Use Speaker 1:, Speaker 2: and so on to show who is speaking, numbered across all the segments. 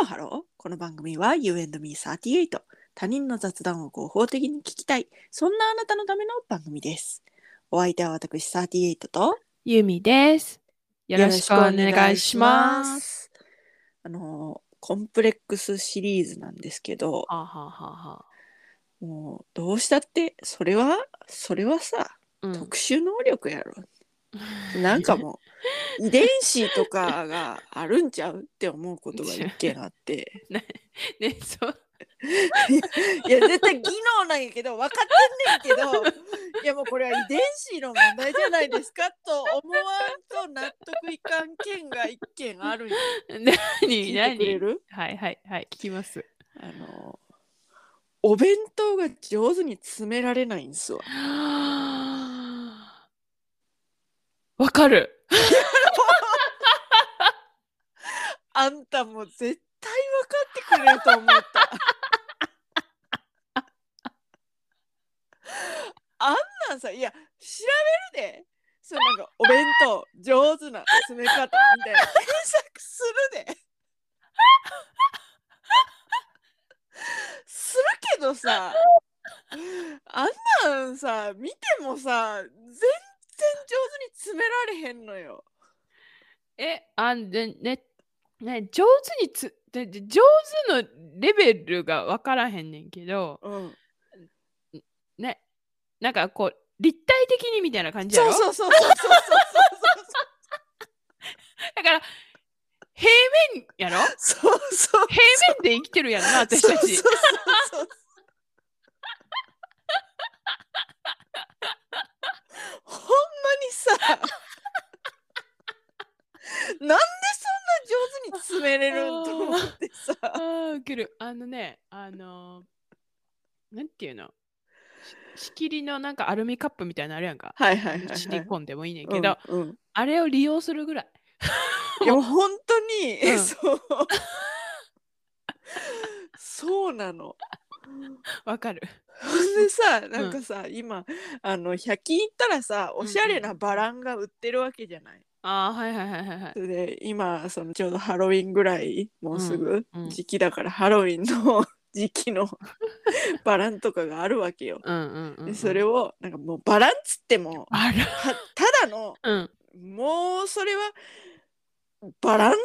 Speaker 1: ローハロー。この番組は You and me38。他人の雑談を合法的に聞きたい。そんなあなたのための番組です。お相手は私38と
Speaker 2: ゆみです。よろしくお願いします。
Speaker 1: す。あの、コンプレックスシリーズなんですけど、
Speaker 2: はあ、はあはあはあ
Speaker 1: もうどうしたって、それは、それはさ、
Speaker 2: うん
Speaker 1: 特殊能力やろ。なんかもう、遺伝子とかがあるんちゃうって思うことが一件あって。
Speaker 2: ね、そう。
Speaker 1: いや絶対技能なんやけど分かってんねんけどいやもうこれは遺伝子の問題じゃないですかと思わんと納得いかん件が一件あるんや聞
Speaker 2: 何
Speaker 1: いてくれ
Speaker 2: 何
Speaker 1: る
Speaker 2: はいはいはい、聞 きます。
Speaker 1: あのお弁当が上手に詰められないんすわ。
Speaker 2: わかる。
Speaker 1: あんたも絶対分かってくれると思った。あんなんさいや調べるでそうなんかお弁当上手な詰め方みたいな検索するでするけどさあんなんさ見てもさ全然上手に詰められへんのよ。
Speaker 2: え、あんでね、ね、上手につ、でで上手のレベルがわからへんねんけど、
Speaker 1: うん、
Speaker 2: ね、なんかこう、立体的にみたいな感じや
Speaker 1: そ
Speaker 2: ろ
Speaker 1: うそうそうそうそうそうそう。
Speaker 2: だから、平面やろ
Speaker 1: そうそう。
Speaker 2: 平面で生きてるやんな、私
Speaker 1: そう
Speaker 2: た
Speaker 1: そう
Speaker 2: ち
Speaker 1: そ。うそう。ほんまにさ。なんでそんな上手に詰めれるんと思ってさ。
Speaker 2: あーウケるあのねあのーなんていうのし仕切りのなんかアルミカップみたいなのあるやんか
Speaker 1: はいはいはい、
Speaker 2: シ
Speaker 1: は
Speaker 2: リ
Speaker 1: い。
Speaker 2: コンでもいいねん
Speaker 1: うん
Speaker 2: けど、
Speaker 1: うん、
Speaker 2: あれを利用するぐらい
Speaker 1: いやもう本当に、
Speaker 2: うん
Speaker 1: そう。そうなの。
Speaker 2: わかる
Speaker 1: ほんでさなんかさ、今あの100均行ったらさおしゃれなバランが売ってるわけじゃない。
Speaker 2: あーはいはいはいはいはい
Speaker 1: それで今そのちょうどハロウィンぐらいもうすぐ
Speaker 2: うんうん
Speaker 1: 時期だから、ハロウィンの 時期のバランとかがあるわけよ。
Speaker 2: うんうんうん、う
Speaker 1: で
Speaker 2: ん、
Speaker 1: それ
Speaker 2: を
Speaker 1: をなんかもうバランつっても
Speaker 2: あら
Speaker 1: はただの
Speaker 2: うん
Speaker 1: もうそれはバラン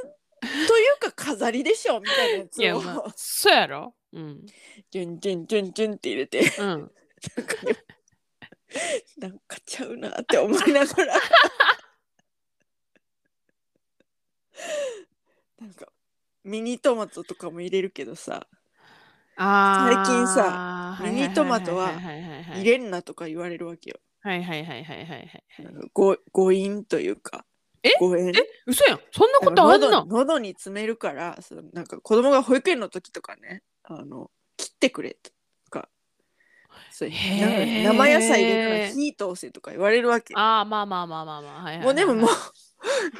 Speaker 1: というか飾りでしょみたいなやつ
Speaker 2: いや
Speaker 1: を
Speaker 2: まあそうやろうん
Speaker 1: ジュンジュンジュンジュンって入れて
Speaker 2: うん
Speaker 1: なんかでも なんかちゃうなって思いながら なんかミニトマトとかも入れるけどさ
Speaker 2: あ
Speaker 1: 最
Speaker 2: ー
Speaker 1: 近さ
Speaker 2: いいいい
Speaker 1: ミニトマトはい
Speaker 2: いい
Speaker 1: 入
Speaker 2: い
Speaker 1: れんなとか言われるわけよ、
Speaker 2: はいはいはいはいはいはい
Speaker 1: なんかご誤飲というか
Speaker 2: え
Speaker 1: 誤飲
Speaker 2: え嘘やんそん
Speaker 1: な
Speaker 2: なこ
Speaker 1: んか
Speaker 2: とあん
Speaker 1: 喉
Speaker 2: の
Speaker 1: 喉に詰めるからそのなんか子供が保育園の時とかねあの切ってくれとかそうなんか
Speaker 2: へー
Speaker 1: 生野菜入れるから火通せとか言われるわけよ
Speaker 2: ああまあまあまあまあまあ、はいはいはい
Speaker 1: もうでもも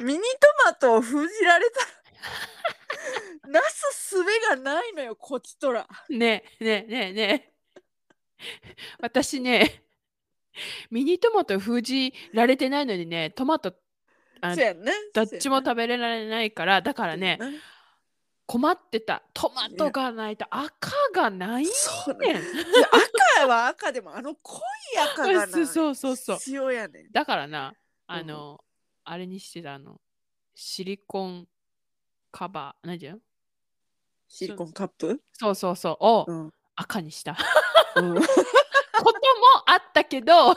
Speaker 1: う ミニトマトを封じられたら なすすべがないのよこちとら
Speaker 2: ねえねえねえねえ私ねミニトマト封じられてないのにねトマトあ
Speaker 1: そうやんね
Speaker 2: どっちも食べられないからだからね
Speaker 1: そうやんな
Speaker 2: 困ってたトマトがないと赤がないね
Speaker 1: そうんいや赤は赤でもあの濃い赤がな
Speaker 2: そうそうそう
Speaker 1: 必要やねん
Speaker 2: だからなあ
Speaker 1: うん
Speaker 2: の、あれにしてたあのシリコンカバー何じゃん
Speaker 1: シリコンカップ
Speaker 2: そうそうそうを
Speaker 1: うん、うん、
Speaker 2: 赤にした
Speaker 1: もう
Speaker 2: こともあったけど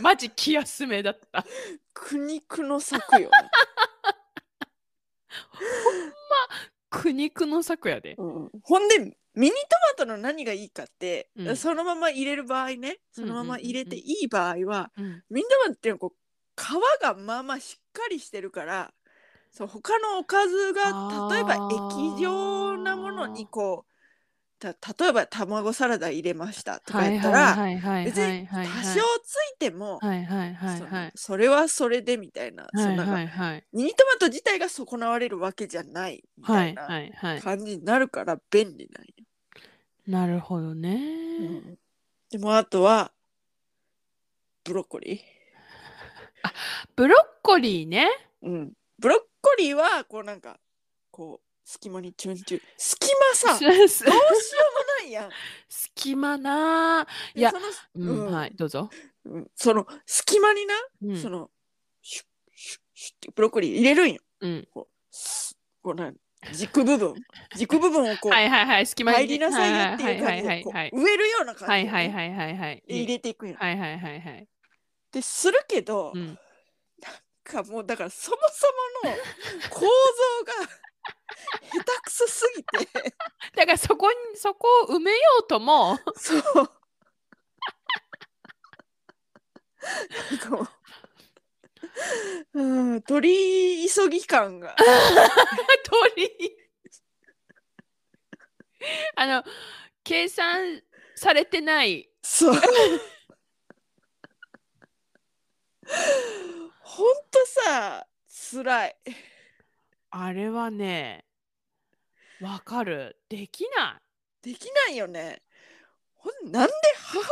Speaker 2: マジ気休めだった
Speaker 1: 苦肉の策よな、
Speaker 2: 苦肉の策やで
Speaker 1: うん、ほんでミニトマトの何がいいかって、
Speaker 2: うん
Speaker 1: そのまま入れる場合ねそのまま入れていい場合は、
Speaker 2: うん
Speaker 1: ミニトマトっていうのはこう皮がまあまあしっかりしてるからそう他のおかず
Speaker 2: あ
Speaker 1: が
Speaker 2: ー
Speaker 1: 例えば液状なものにこうた例えば卵サラダ入れましたとかやったら
Speaker 2: はいはい
Speaker 1: 別に多少ついても、
Speaker 2: はいはいはい
Speaker 1: その
Speaker 2: はい
Speaker 1: それはそれでみたいな,、
Speaker 2: はい
Speaker 1: その
Speaker 2: は
Speaker 1: なんか
Speaker 2: いはい
Speaker 1: ミニトマト自体が損なわれるわけじゃないみ
Speaker 2: は
Speaker 1: た
Speaker 2: い
Speaker 1: い
Speaker 2: は
Speaker 1: ない
Speaker 2: はい
Speaker 1: 感じになるから便利なんよ。
Speaker 2: なるほどね、
Speaker 1: うんでもあとはブロッコリー。
Speaker 2: ブロッコリーね
Speaker 1: うん、ブロッコリーはこうなんかこう隙間にチュンチュン隙間さどう
Speaker 2: す
Speaker 1: しようもないやん
Speaker 2: 隙間なあ いや
Speaker 1: その、
Speaker 2: うん
Speaker 1: うん
Speaker 2: はいどうぞ、
Speaker 1: うんその隙間にな、
Speaker 2: うん
Speaker 1: そのシュッシュッシュッってブロッコリー入れるんよ
Speaker 2: うん、
Speaker 1: スッこうなん軸部 分軸部分をこう、
Speaker 2: はいはいはい隙間に
Speaker 1: 入りなさいよっていう
Speaker 2: は
Speaker 1: 感じ
Speaker 2: いは
Speaker 1: で
Speaker 2: い
Speaker 1: こ
Speaker 2: はいはいう
Speaker 1: 植えるような感じ
Speaker 2: は
Speaker 1: で
Speaker 2: い
Speaker 1: ね
Speaker 2: はいはいはいはい
Speaker 1: で入れていくんよ、
Speaker 2: はいはいはいはい
Speaker 1: で、するけど、
Speaker 2: うん
Speaker 1: かもうだからそもそもの構造が 下手くそすぎて
Speaker 2: だからそこにそこを埋めようと も
Speaker 1: そうなんかもううん取り急ぎ感が
Speaker 2: 鳥あの計算されてない
Speaker 1: そうほんとさ辛い
Speaker 2: あれはねわかるできな
Speaker 1: できないよねほんなんで母親は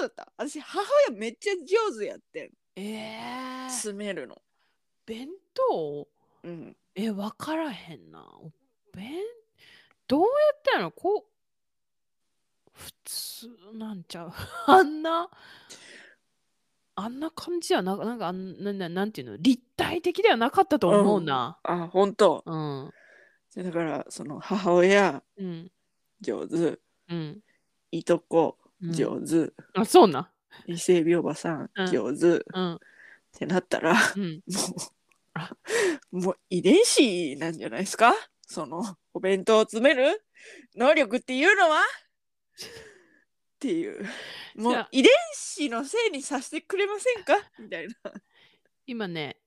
Speaker 1: どうだった私母親めっちゃ上手やってん
Speaker 2: いえー、
Speaker 1: 詰めるの
Speaker 2: 弁当
Speaker 1: うん
Speaker 2: えわからへんなお弁どうやってやのこう普通なんちゃう あんなあんな感じはななんかあんなななんていうの立体的ではなかったと思うな
Speaker 1: あ本当
Speaker 2: うん
Speaker 1: だからその母親
Speaker 2: うん
Speaker 1: 上手
Speaker 2: うん、
Speaker 1: いとこ
Speaker 2: うん
Speaker 1: 上手、
Speaker 2: あそうな
Speaker 1: 伊勢海老おばさん
Speaker 2: うん
Speaker 1: 上手、っ
Speaker 2: うん
Speaker 1: てなった ら
Speaker 2: うんあ
Speaker 1: もうもう遺伝子なんじゃないですかそのお弁当を詰める能力っていうのはって いうも
Speaker 2: じゃ
Speaker 1: う
Speaker 2: あ
Speaker 1: 遺伝子のせいにさせてくれません かみたいな
Speaker 2: 今ね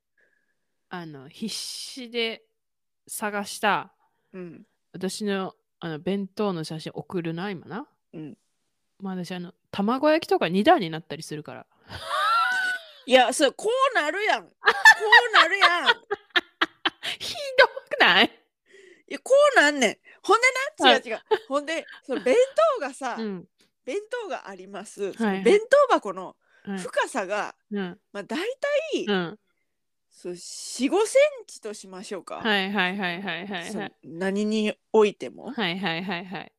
Speaker 2: あの必死で探した
Speaker 1: うん
Speaker 2: 私のあの弁当の写真送るな今な
Speaker 1: うん
Speaker 2: まあ私あの卵焼きとか2段になったりするから
Speaker 1: いやそうこうなる やんこうなるやん
Speaker 2: ひどくない
Speaker 1: いやこうなんねんほんでな
Speaker 2: は
Speaker 1: 違
Speaker 2: い
Speaker 1: 違
Speaker 2: う
Speaker 1: う、ほんでその弁当がさ、
Speaker 2: うん。
Speaker 1: 弁当があります、そ
Speaker 2: はい
Speaker 1: の弁当箱の
Speaker 2: はい
Speaker 1: 深さが、
Speaker 2: うん。
Speaker 1: まあ、大体
Speaker 2: うん。
Speaker 1: そう45センチとしましょうか、
Speaker 2: はいはいはいはいはい
Speaker 1: そ
Speaker 2: は
Speaker 1: の
Speaker 2: い。
Speaker 1: 何においても、
Speaker 2: はいはいはいはい。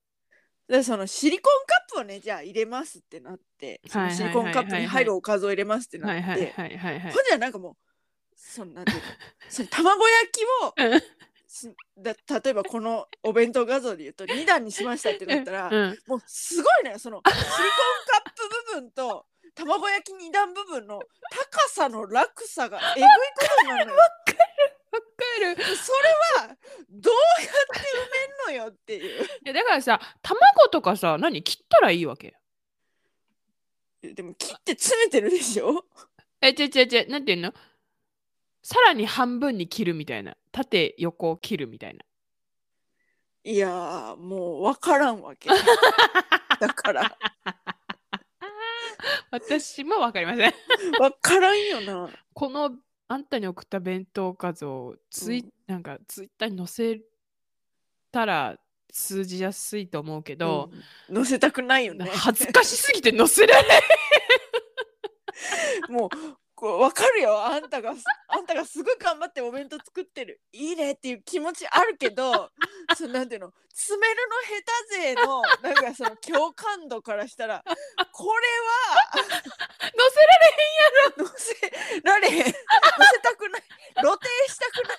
Speaker 1: でそのシリコンカップをねじゃあ入れますってなってその
Speaker 2: はいはい
Speaker 1: シ
Speaker 2: はい
Speaker 1: リ
Speaker 2: はい
Speaker 1: コンカップに入るおかずを入れますってなっ
Speaker 2: はい
Speaker 1: て、
Speaker 2: はいはいはいはい
Speaker 1: ほん。じゃなんかもうそのなんていうのその卵焼きを
Speaker 2: うん
Speaker 1: すだ例えばこのお弁当画像で言うと2段にしましたってなったら、
Speaker 2: うん。
Speaker 1: もうすごいねそのシリコンカップ部分と卵焼き二段部分の高さの落差がえぐいことになるのよ
Speaker 2: わかる。
Speaker 1: それはどうやって埋めんのよっていう
Speaker 2: いやだからさ、卵とかさ、何切ったらいいわけ
Speaker 1: えでも切って詰めてるでしょ
Speaker 2: え、違う違う違う。なんていうのさらに半分に切るみたいな。縦横を切るみたいな。
Speaker 1: いやーもう分からんわ けだから
Speaker 2: 私もわかりません。
Speaker 1: 分からんよな
Speaker 2: このあんたに送った弁当画像ツイ、
Speaker 1: うん
Speaker 2: なんかツイッターに載せたら数字やすいと思うけど、
Speaker 1: うん乗せたくないよね
Speaker 2: 恥ずかしすぎて載せられない
Speaker 1: もうこう分かるよあんたがあんたがすごい頑張ってお弁当作ってるいいねっていう気持ちあるけどそのなんていうの詰めるの下手勢のなんかその共感度からしたらこれは
Speaker 2: 載せられ
Speaker 1: 乗せられへん乗せたくない露呈したくない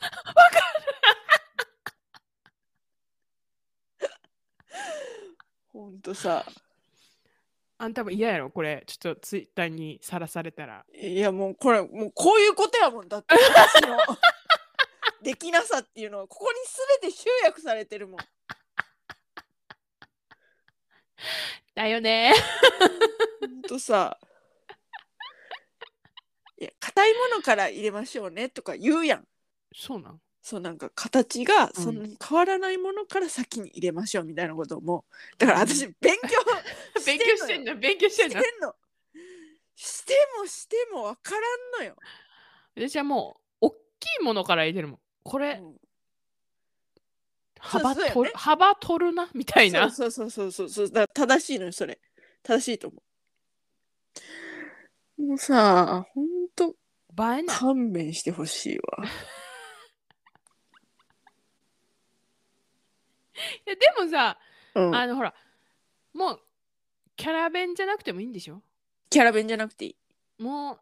Speaker 1: 分かるほんとさ
Speaker 2: あんたも嫌やろこれちょっとツイッターにさらされたら
Speaker 1: いやもうこれもうこういうことやもんだって私のできなさっていうのはここに全て集約されてるもん
Speaker 2: だよね
Speaker 1: ほんとさいや硬いものから入れましょうねとか言うやん
Speaker 2: そ うなん
Speaker 1: そうなんか形が
Speaker 2: うん
Speaker 1: そんなに変わらないものから先に入れましょうみたいなこともだから私勉強
Speaker 2: 勉強してん
Speaker 1: のよ
Speaker 2: の勉強し
Speaker 1: して
Speaker 2: て
Speaker 1: ん
Speaker 2: んの
Speaker 1: のしてもしてもわからんのよ、
Speaker 2: 私はもう大きいものから入れてるもんこれ
Speaker 1: うん
Speaker 2: 幅
Speaker 1: そうそうやね
Speaker 2: 取る、幅取るなみたいな
Speaker 1: そうそうそうそうそうそうだから正しいのよそれ正しいと思うもうさほんと
Speaker 2: 映えない
Speaker 1: 勘弁してほしいわ
Speaker 2: でもさ、
Speaker 1: うん
Speaker 2: あのほらもうキャラ弁じゃなくてもいいんでしょ
Speaker 1: キャラ弁じゃなくていい。
Speaker 2: もう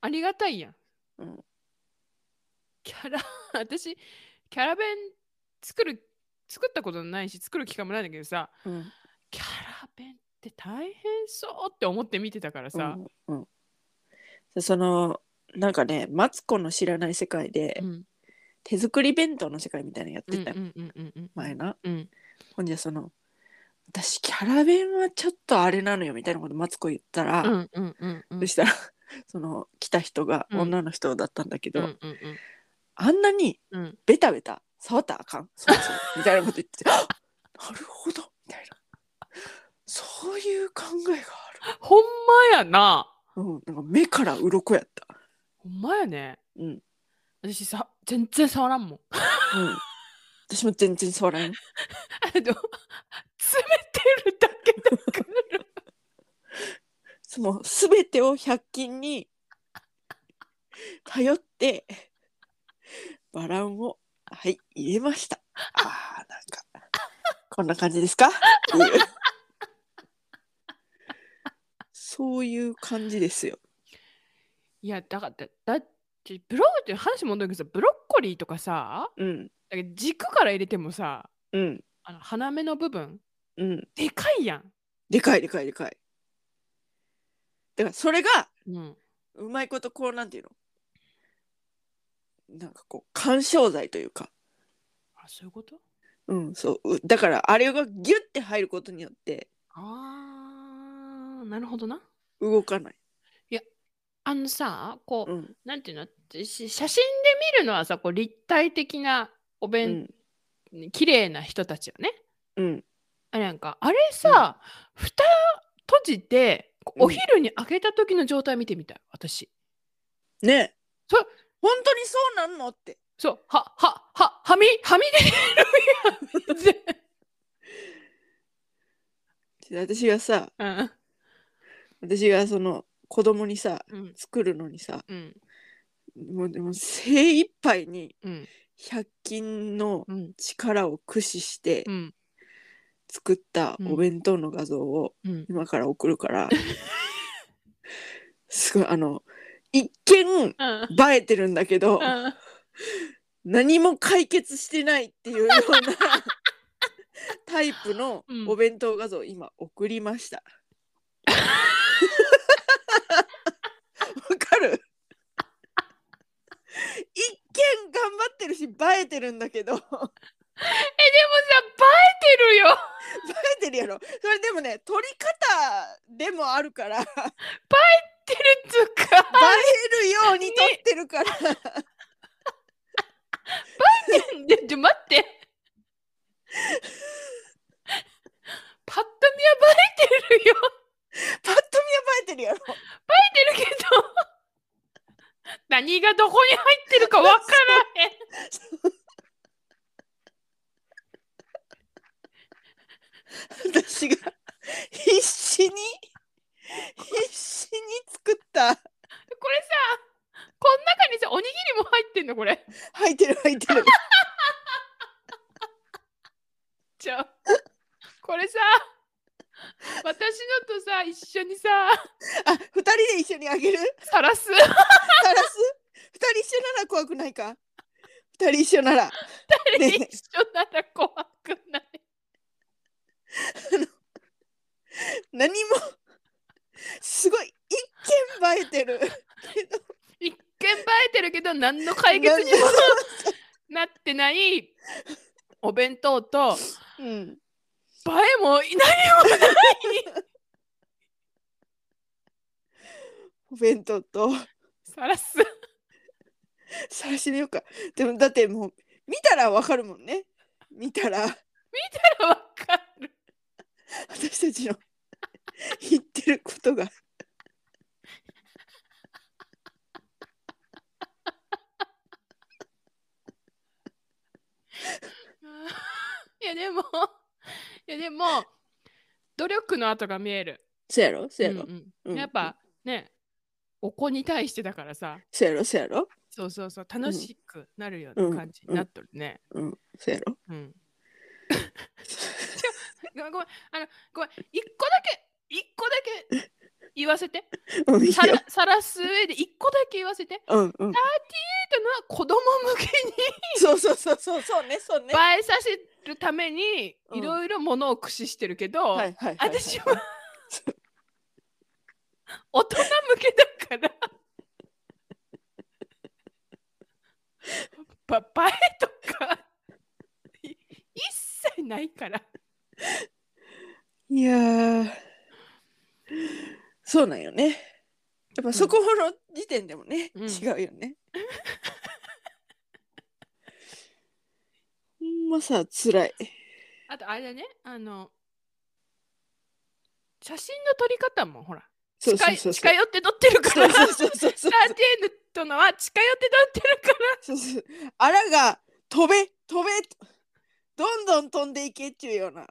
Speaker 2: ありがたいやん、
Speaker 1: うん
Speaker 2: キャラ 私キャラ弁作る作ったことないし作る機会もないんだけどさ
Speaker 1: うん、
Speaker 2: キャラ弁って大変そうって思って見てたからさ、
Speaker 1: うんうんでそのなんかねマツコの知らない世界で、
Speaker 2: うん
Speaker 1: 手作り弁当の世界みたいなのやっ
Speaker 2: うん
Speaker 1: てたの、
Speaker 2: うんうんうんうん
Speaker 1: 前な
Speaker 2: うん
Speaker 1: ほんじゃその私キャラ弁はちょっとあれなのよみたいなことマツコ言ったら、
Speaker 2: うんうんうんうん
Speaker 1: そしたら その来た人が
Speaker 2: うん
Speaker 1: 女の人だったんだけ
Speaker 2: う
Speaker 1: ど、
Speaker 2: んうんうん
Speaker 1: あんなに
Speaker 2: うん
Speaker 1: ベタベタ触ったらあかんそうそうみたいなこと言ってて あなるほどみたいなそういう考えがあ
Speaker 2: ほんまやな
Speaker 1: る、うん、なんか目から鱗やった、
Speaker 2: ほんまやね
Speaker 1: うんうん、
Speaker 2: 私さ全然触らんもん
Speaker 1: 私も全然触らんよ
Speaker 2: あの詰めてるだけだから
Speaker 1: その全てを100均に頼ってバランをはい入れましたあーなんかこんな感じですかっていうそういう感じですよ
Speaker 2: いやだからだだってブロッコリー話戻るけどさブロッコリーとかさ
Speaker 1: うん
Speaker 2: だけど軸から入れてもさ
Speaker 1: うん
Speaker 2: あの花芽の部分
Speaker 1: うん
Speaker 2: でかいやん、
Speaker 1: でかいでかいでかいだからそれが
Speaker 2: うん、
Speaker 1: うまいことこうなんていうのなんかこう緩衝材というか
Speaker 2: あそういうこと
Speaker 1: うん、そううだからあれがギュッて入ることによって
Speaker 2: あーなるほどな
Speaker 1: 動かない、
Speaker 2: あのさこう、
Speaker 1: うん
Speaker 2: なんていうの私写真で見るのはさこう立体的なお
Speaker 1: う
Speaker 2: 弁
Speaker 1: ん
Speaker 2: 綺麗な人たちよね
Speaker 1: うん、
Speaker 2: あれなんかあれさ、蓋閉じてこう
Speaker 1: うん
Speaker 2: お昼に開けた時の状態見てみたい私
Speaker 1: ね
Speaker 2: そ
Speaker 1: 本当にそうなんのって
Speaker 2: そうははははみはみ出てる
Speaker 1: 私がさ
Speaker 2: やん
Speaker 1: 私がその子供にさ
Speaker 2: うんうん
Speaker 1: 作るのにさ
Speaker 2: うん
Speaker 1: もうでも精一杯に
Speaker 2: うん
Speaker 1: 100均の
Speaker 2: うん
Speaker 1: 力を駆使して
Speaker 2: うん
Speaker 1: 作った
Speaker 2: うん
Speaker 1: お弁当の画像を
Speaker 2: うん
Speaker 1: 今から送るから すごいあの一見
Speaker 2: うん
Speaker 1: 映えてるんだけど、
Speaker 2: うん
Speaker 1: 何も解決してないっていうようなタイプの
Speaker 2: うん
Speaker 1: お弁当画像を今送りました。わかる一見頑張ってるし映えてるんだけど映
Speaker 2: えでもさ映えてるよ
Speaker 1: えてるやろそれでもね撮り方でもあるから映
Speaker 2: 映えてるっつうか
Speaker 1: えるように撮ってるから
Speaker 2: でちょ待ってパッと見は映えてるよ
Speaker 1: パッと見は映えてるやろ
Speaker 2: 映えてるけど何がどこに入ってるかわからへん
Speaker 1: 私が必死に必死に作った
Speaker 2: これさこん中にさおにぎりも入ってんのこれ
Speaker 1: 入ってる入ってる
Speaker 2: じゃあこれさ私のとさ一緒にさ
Speaker 1: あ、二人で一緒にあげる。
Speaker 2: さらす
Speaker 1: さらす。二人一緒なら怖くないか。二人一緒なら。
Speaker 2: 一緒
Speaker 1: ね
Speaker 2: なら怖くない
Speaker 1: 何も。すごい。一見映えてる。
Speaker 2: 一見映えてるけど何の解決にもなってないお弁当と映
Speaker 1: うん。
Speaker 2: えもいない
Speaker 1: お弁当と。
Speaker 2: さらす
Speaker 1: さらしでようか。でも、だって、もう。見たらわかるもんね。見たら。
Speaker 2: らわかる
Speaker 1: 私たちの。言ってることが。
Speaker 2: いやでもいやでも努力の跡が見える
Speaker 1: そうやろ。そうやろ。
Speaker 2: うん
Speaker 1: うん
Speaker 2: やっぱねお子に対してだからさ
Speaker 1: そうやろ。そうやろ。
Speaker 2: そうそうそう楽しくなるよ
Speaker 1: う
Speaker 2: うんな感じになっとるね
Speaker 1: うん。そうやろ。
Speaker 2: うんごめんごめんあのごめん一個だけ一個だけ言わせて
Speaker 1: うんいい
Speaker 2: さ
Speaker 1: よ
Speaker 2: らさらす上で一個だけ言わせて
Speaker 1: うんうん
Speaker 2: っていうのは子供向けに
Speaker 1: そうそうそうそうそうねそうね
Speaker 2: 映えさせるために
Speaker 1: うん
Speaker 2: いろいろものを駆使してるけど、
Speaker 1: はいはいはいい
Speaker 2: 私は 大人向け だからパパエとかい一切ないから
Speaker 1: いやーそうなんよねやっぱそこの時点でもね、
Speaker 2: うん
Speaker 1: 違うよねほんまさ辛い
Speaker 2: あとあれだねあの写真の撮り方もほら
Speaker 1: そう
Speaker 2: 近
Speaker 1: そう
Speaker 2: い
Speaker 1: そうそう
Speaker 2: 近寄って撮ってるから
Speaker 1: そう そうそうそう
Speaker 2: サーティーヌとのは近寄って撮ってるから
Speaker 1: そうそうあらが飛べ飛べとどんどん飛んでいけっちゅうような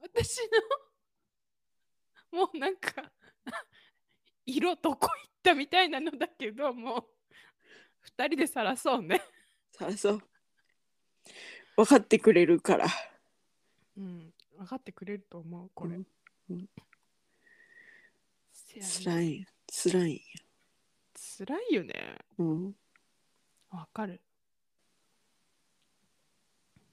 Speaker 2: 私のもうなんか色どこ行ったみたいなのだけどもう2人でさらそうね、
Speaker 1: さあそう分かってくれるから
Speaker 2: うん、分かってくれると思うこれ、
Speaker 1: うんうん
Speaker 2: せやね
Speaker 1: 辛い辛いんや
Speaker 2: 辛いよね
Speaker 1: うん
Speaker 2: わかる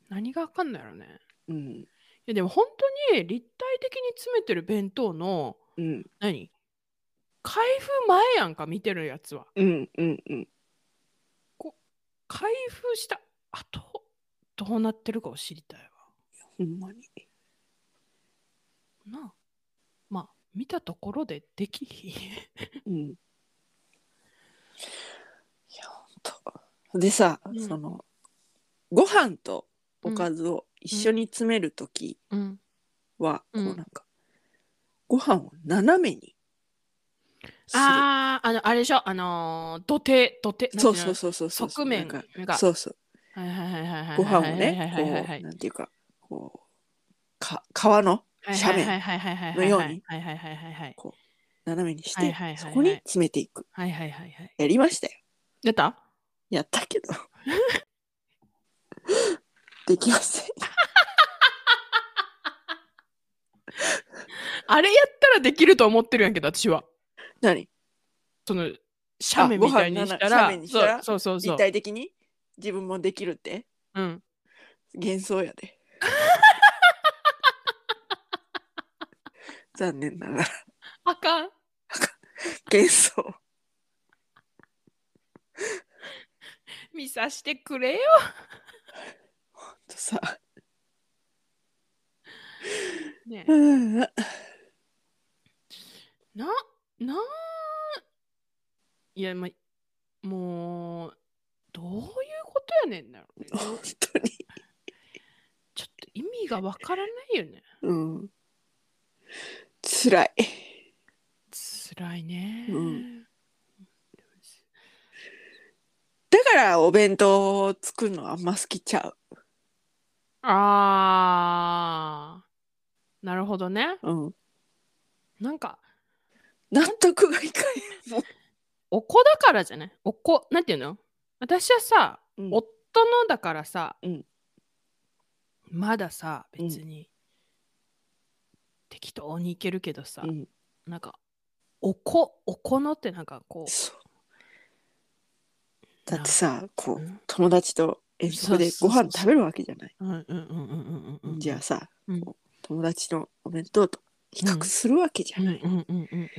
Speaker 2: 何がわかんないやろね
Speaker 1: うん
Speaker 2: いやでも本当に立体的に詰めてる弁当の
Speaker 1: うん
Speaker 2: 何開封前やんか見てるやつは
Speaker 1: うんうんうん
Speaker 2: 開封した後どうなってるかを知りたい
Speaker 1: ほんまに
Speaker 2: わなあまあ見たところでできひ
Speaker 1: う
Speaker 2: ん
Speaker 1: んいやほんとでさ、
Speaker 2: うん
Speaker 1: そのご飯とおかずを一緒に詰める時
Speaker 2: うん
Speaker 1: は、
Speaker 2: うん
Speaker 1: こうなんかご飯を斜めにする
Speaker 2: あーあのあれでしょあのー土手土手
Speaker 1: そうそう
Speaker 2: そ
Speaker 1: そうそうそう
Speaker 2: 側面
Speaker 1: なんか
Speaker 2: が
Speaker 1: そうそう
Speaker 2: はいはいはいはいはい
Speaker 1: ご飯を
Speaker 2: はい
Speaker 1: ね
Speaker 2: はいはいは
Speaker 1: こ
Speaker 2: いう
Speaker 1: なんていうかこうか皮の斜面
Speaker 2: 面
Speaker 1: のように
Speaker 2: はいはいはいはいはい
Speaker 1: 斜めにし
Speaker 2: はい
Speaker 1: て
Speaker 2: はいはいは
Speaker 1: そ
Speaker 2: い
Speaker 1: こに詰めていく
Speaker 2: はいはいはいはい
Speaker 1: やりましたよ
Speaker 2: やった
Speaker 1: やったけ どできません
Speaker 2: あれやったらできると思ってるんやけど私は
Speaker 1: 何
Speaker 2: その斜面みたいにした
Speaker 1: あご飯斜
Speaker 2: ら
Speaker 1: めにしたら
Speaker 2: そうそうそ
Speaker 1: 立
Speaker 2: うそう
Speaker 1: 体的に自分もできるって
Speaker 2: うん
Speaker 1: 幻想やで 残念ながら
Speaker 2: あかん
Speaker 1: 幻想
Speaker 2: 見さしてくれよ
Speaker 1: とさ
Speaker 2: ね
Speaker 1: うんうん
Speaker 2: な、なー、いや、ま、もう、どういうことやねんなろ ね。ど
Speaker 1: 本
Speaker 2: う
Speaker 1: 当に
Speaker 2: ちょっと意味がわからないよね。
Speaker 1: うん辛い
Speaker 2: 辛いね。
Speaker 1: うんだからお弁当を作るのあんま好きちゃう
Speaker 2: あー、なるほどね。
Speaker 1: うん、
Speaker 2: なんか、
Speaker 1: 納得がいか
Speaker 2: お子だからじゃないお子、なんていうの私はさ、
Speaker 1: へん、
Speaker 2: 夫のだからさ、
Speaker 1: うん
Speaker 2: まださ、別に、適当にいけるけどさ、
Speaker 1: うん、
Speaker 2: なんか、おこ、おこのってなんかこ
Speaker 1: そうだってさこ
Speaker 2: う、う
Speaker 1: うん友達と遠足でご飯食べるわけじゃない
Speaker 2: うんうんうんうんうんうん。
Speaker 1: じゃあさ、
Speaker 2: うん
Speaker 1: こう友達のお弁当と比較するわけじゃ
Speaker 2: うんう
Speaker 1: ない、
Speaker 2: んうんうんうんうん。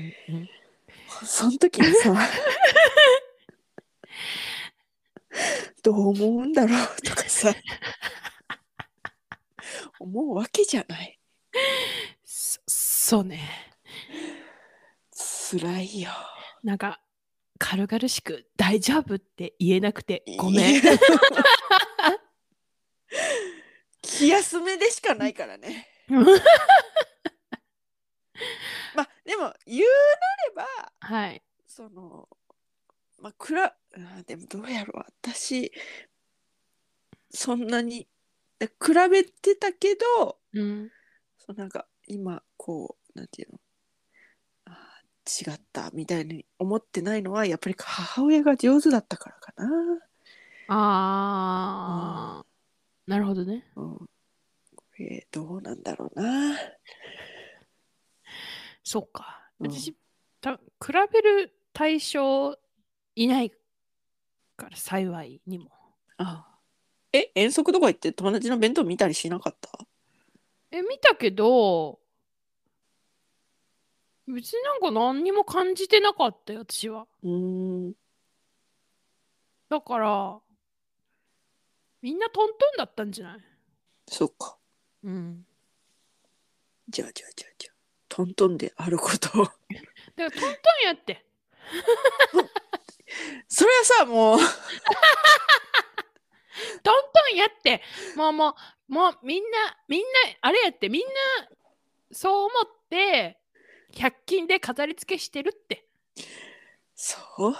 Speaker 1: その時にさ どう思うんだろうとかさ思うわけじゃない
Speaker 2: そそうね。
Speaker 1: 辛いよ
Speaker 2: なんか、軽々しく大丈夫って言えなくて ごめん。
Speaker 1: 気休めでしかないからねまあでも言うなれば
Speaker 2: はい。
Speaker 1: そのまあくらあでもどうやろう私そんなにえ比べてたけど
Speaker 2: うん。
Speaker 1: そうなんか今こうなんていうのあー違ったみたいに思ってないのはやっぱり母親が上手だったからかな、
Speaker 2: ああ、なるほどね。
Speaker 1: うん、えーどうなんだろうな。
Speaker 2: そうか。
Speaker 1: うん
Speaker 2: 私、た比べる対象いないから幸いにも。
Speaker 1: あえ遠足とか行って友達の弁当見たりしなかった
Speaker 2: え、見たけど、別になんか何にも感じてなかったよ、私は。
Speaker 1: うーん
Speaker 2: だから、みんなトントンだったんじゃない
Speaker 1: そうか
Speaker 2: うん。
Speaker 1: じゃあじゃあじゃあじゃあトントンであることを
Speaker 2: だからトントンやって。
Speaker 1: それはさもう
Speaker 2: トントンやってもうもうもうみんなみんなあれやってみんなそう思って100均で飾り付けしてるって
Speaker 1: そう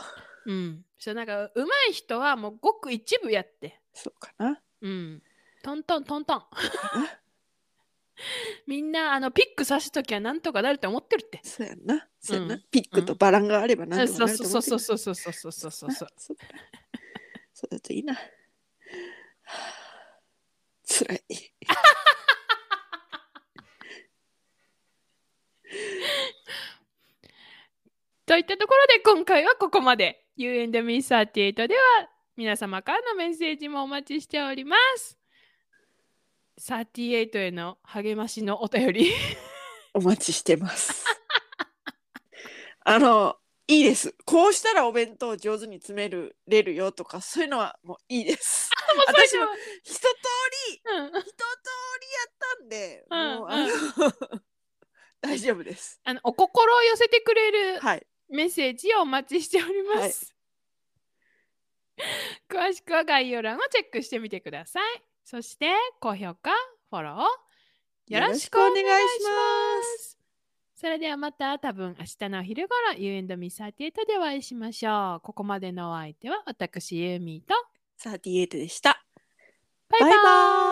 Speaker 2: うんそしたらなんか上手い人はもうごく一部やって
Speaker 1: そうかな
Speaker 2: うんトントントントンみんなあのピック刺す時はなんとかなると思ってるって
Speaker 1: そうやんなそうやんな、
Speaker 2: うん
Speaker 1: ピックとバランがあれば
Speaker 2: そう
Speaker 1: 何と
Speaker 2: そ
Speaker 1: か
Speaker 2: う
Speaker 1: なると思
Speaker 2: そう
Speaker 1: ってる
Speaker 2: そうそうそうそうそうそうそうそう
Speaker 1: そうだそうだといいなつらい
Speaker 2: といったところで今回はここまで U&Me38 では皆様からのメッセージもお待ちしております38への励ましのお便り
Speaker 1: お待ちしてますあのいいですこうしたらお弁当を上手に詰めるれるよとかそういうのはもういいです私も一通り
Speaker 2: うん
Speaker 1: 一通りやったんで、もう
Speaker 2: うん
Speaker 1: あの 大丈夫です。
Speaker 2: あのお心を寄せてくれる
Speaker 1: はい、
Speaker 2: メッセージをお待ちしております、詳しくは概要欄をチェックしてみてくださいそして高評価フォローよろしくお願いしますそれではまた多分明日のお昼ごろ You and me38 でお会いしましょう。ここまでのお相手は私ユーミーと
Speaker 1: ます。38でした。
Speaker 2: バイバ
Speaker 1: バイバ
Speaker 2: イ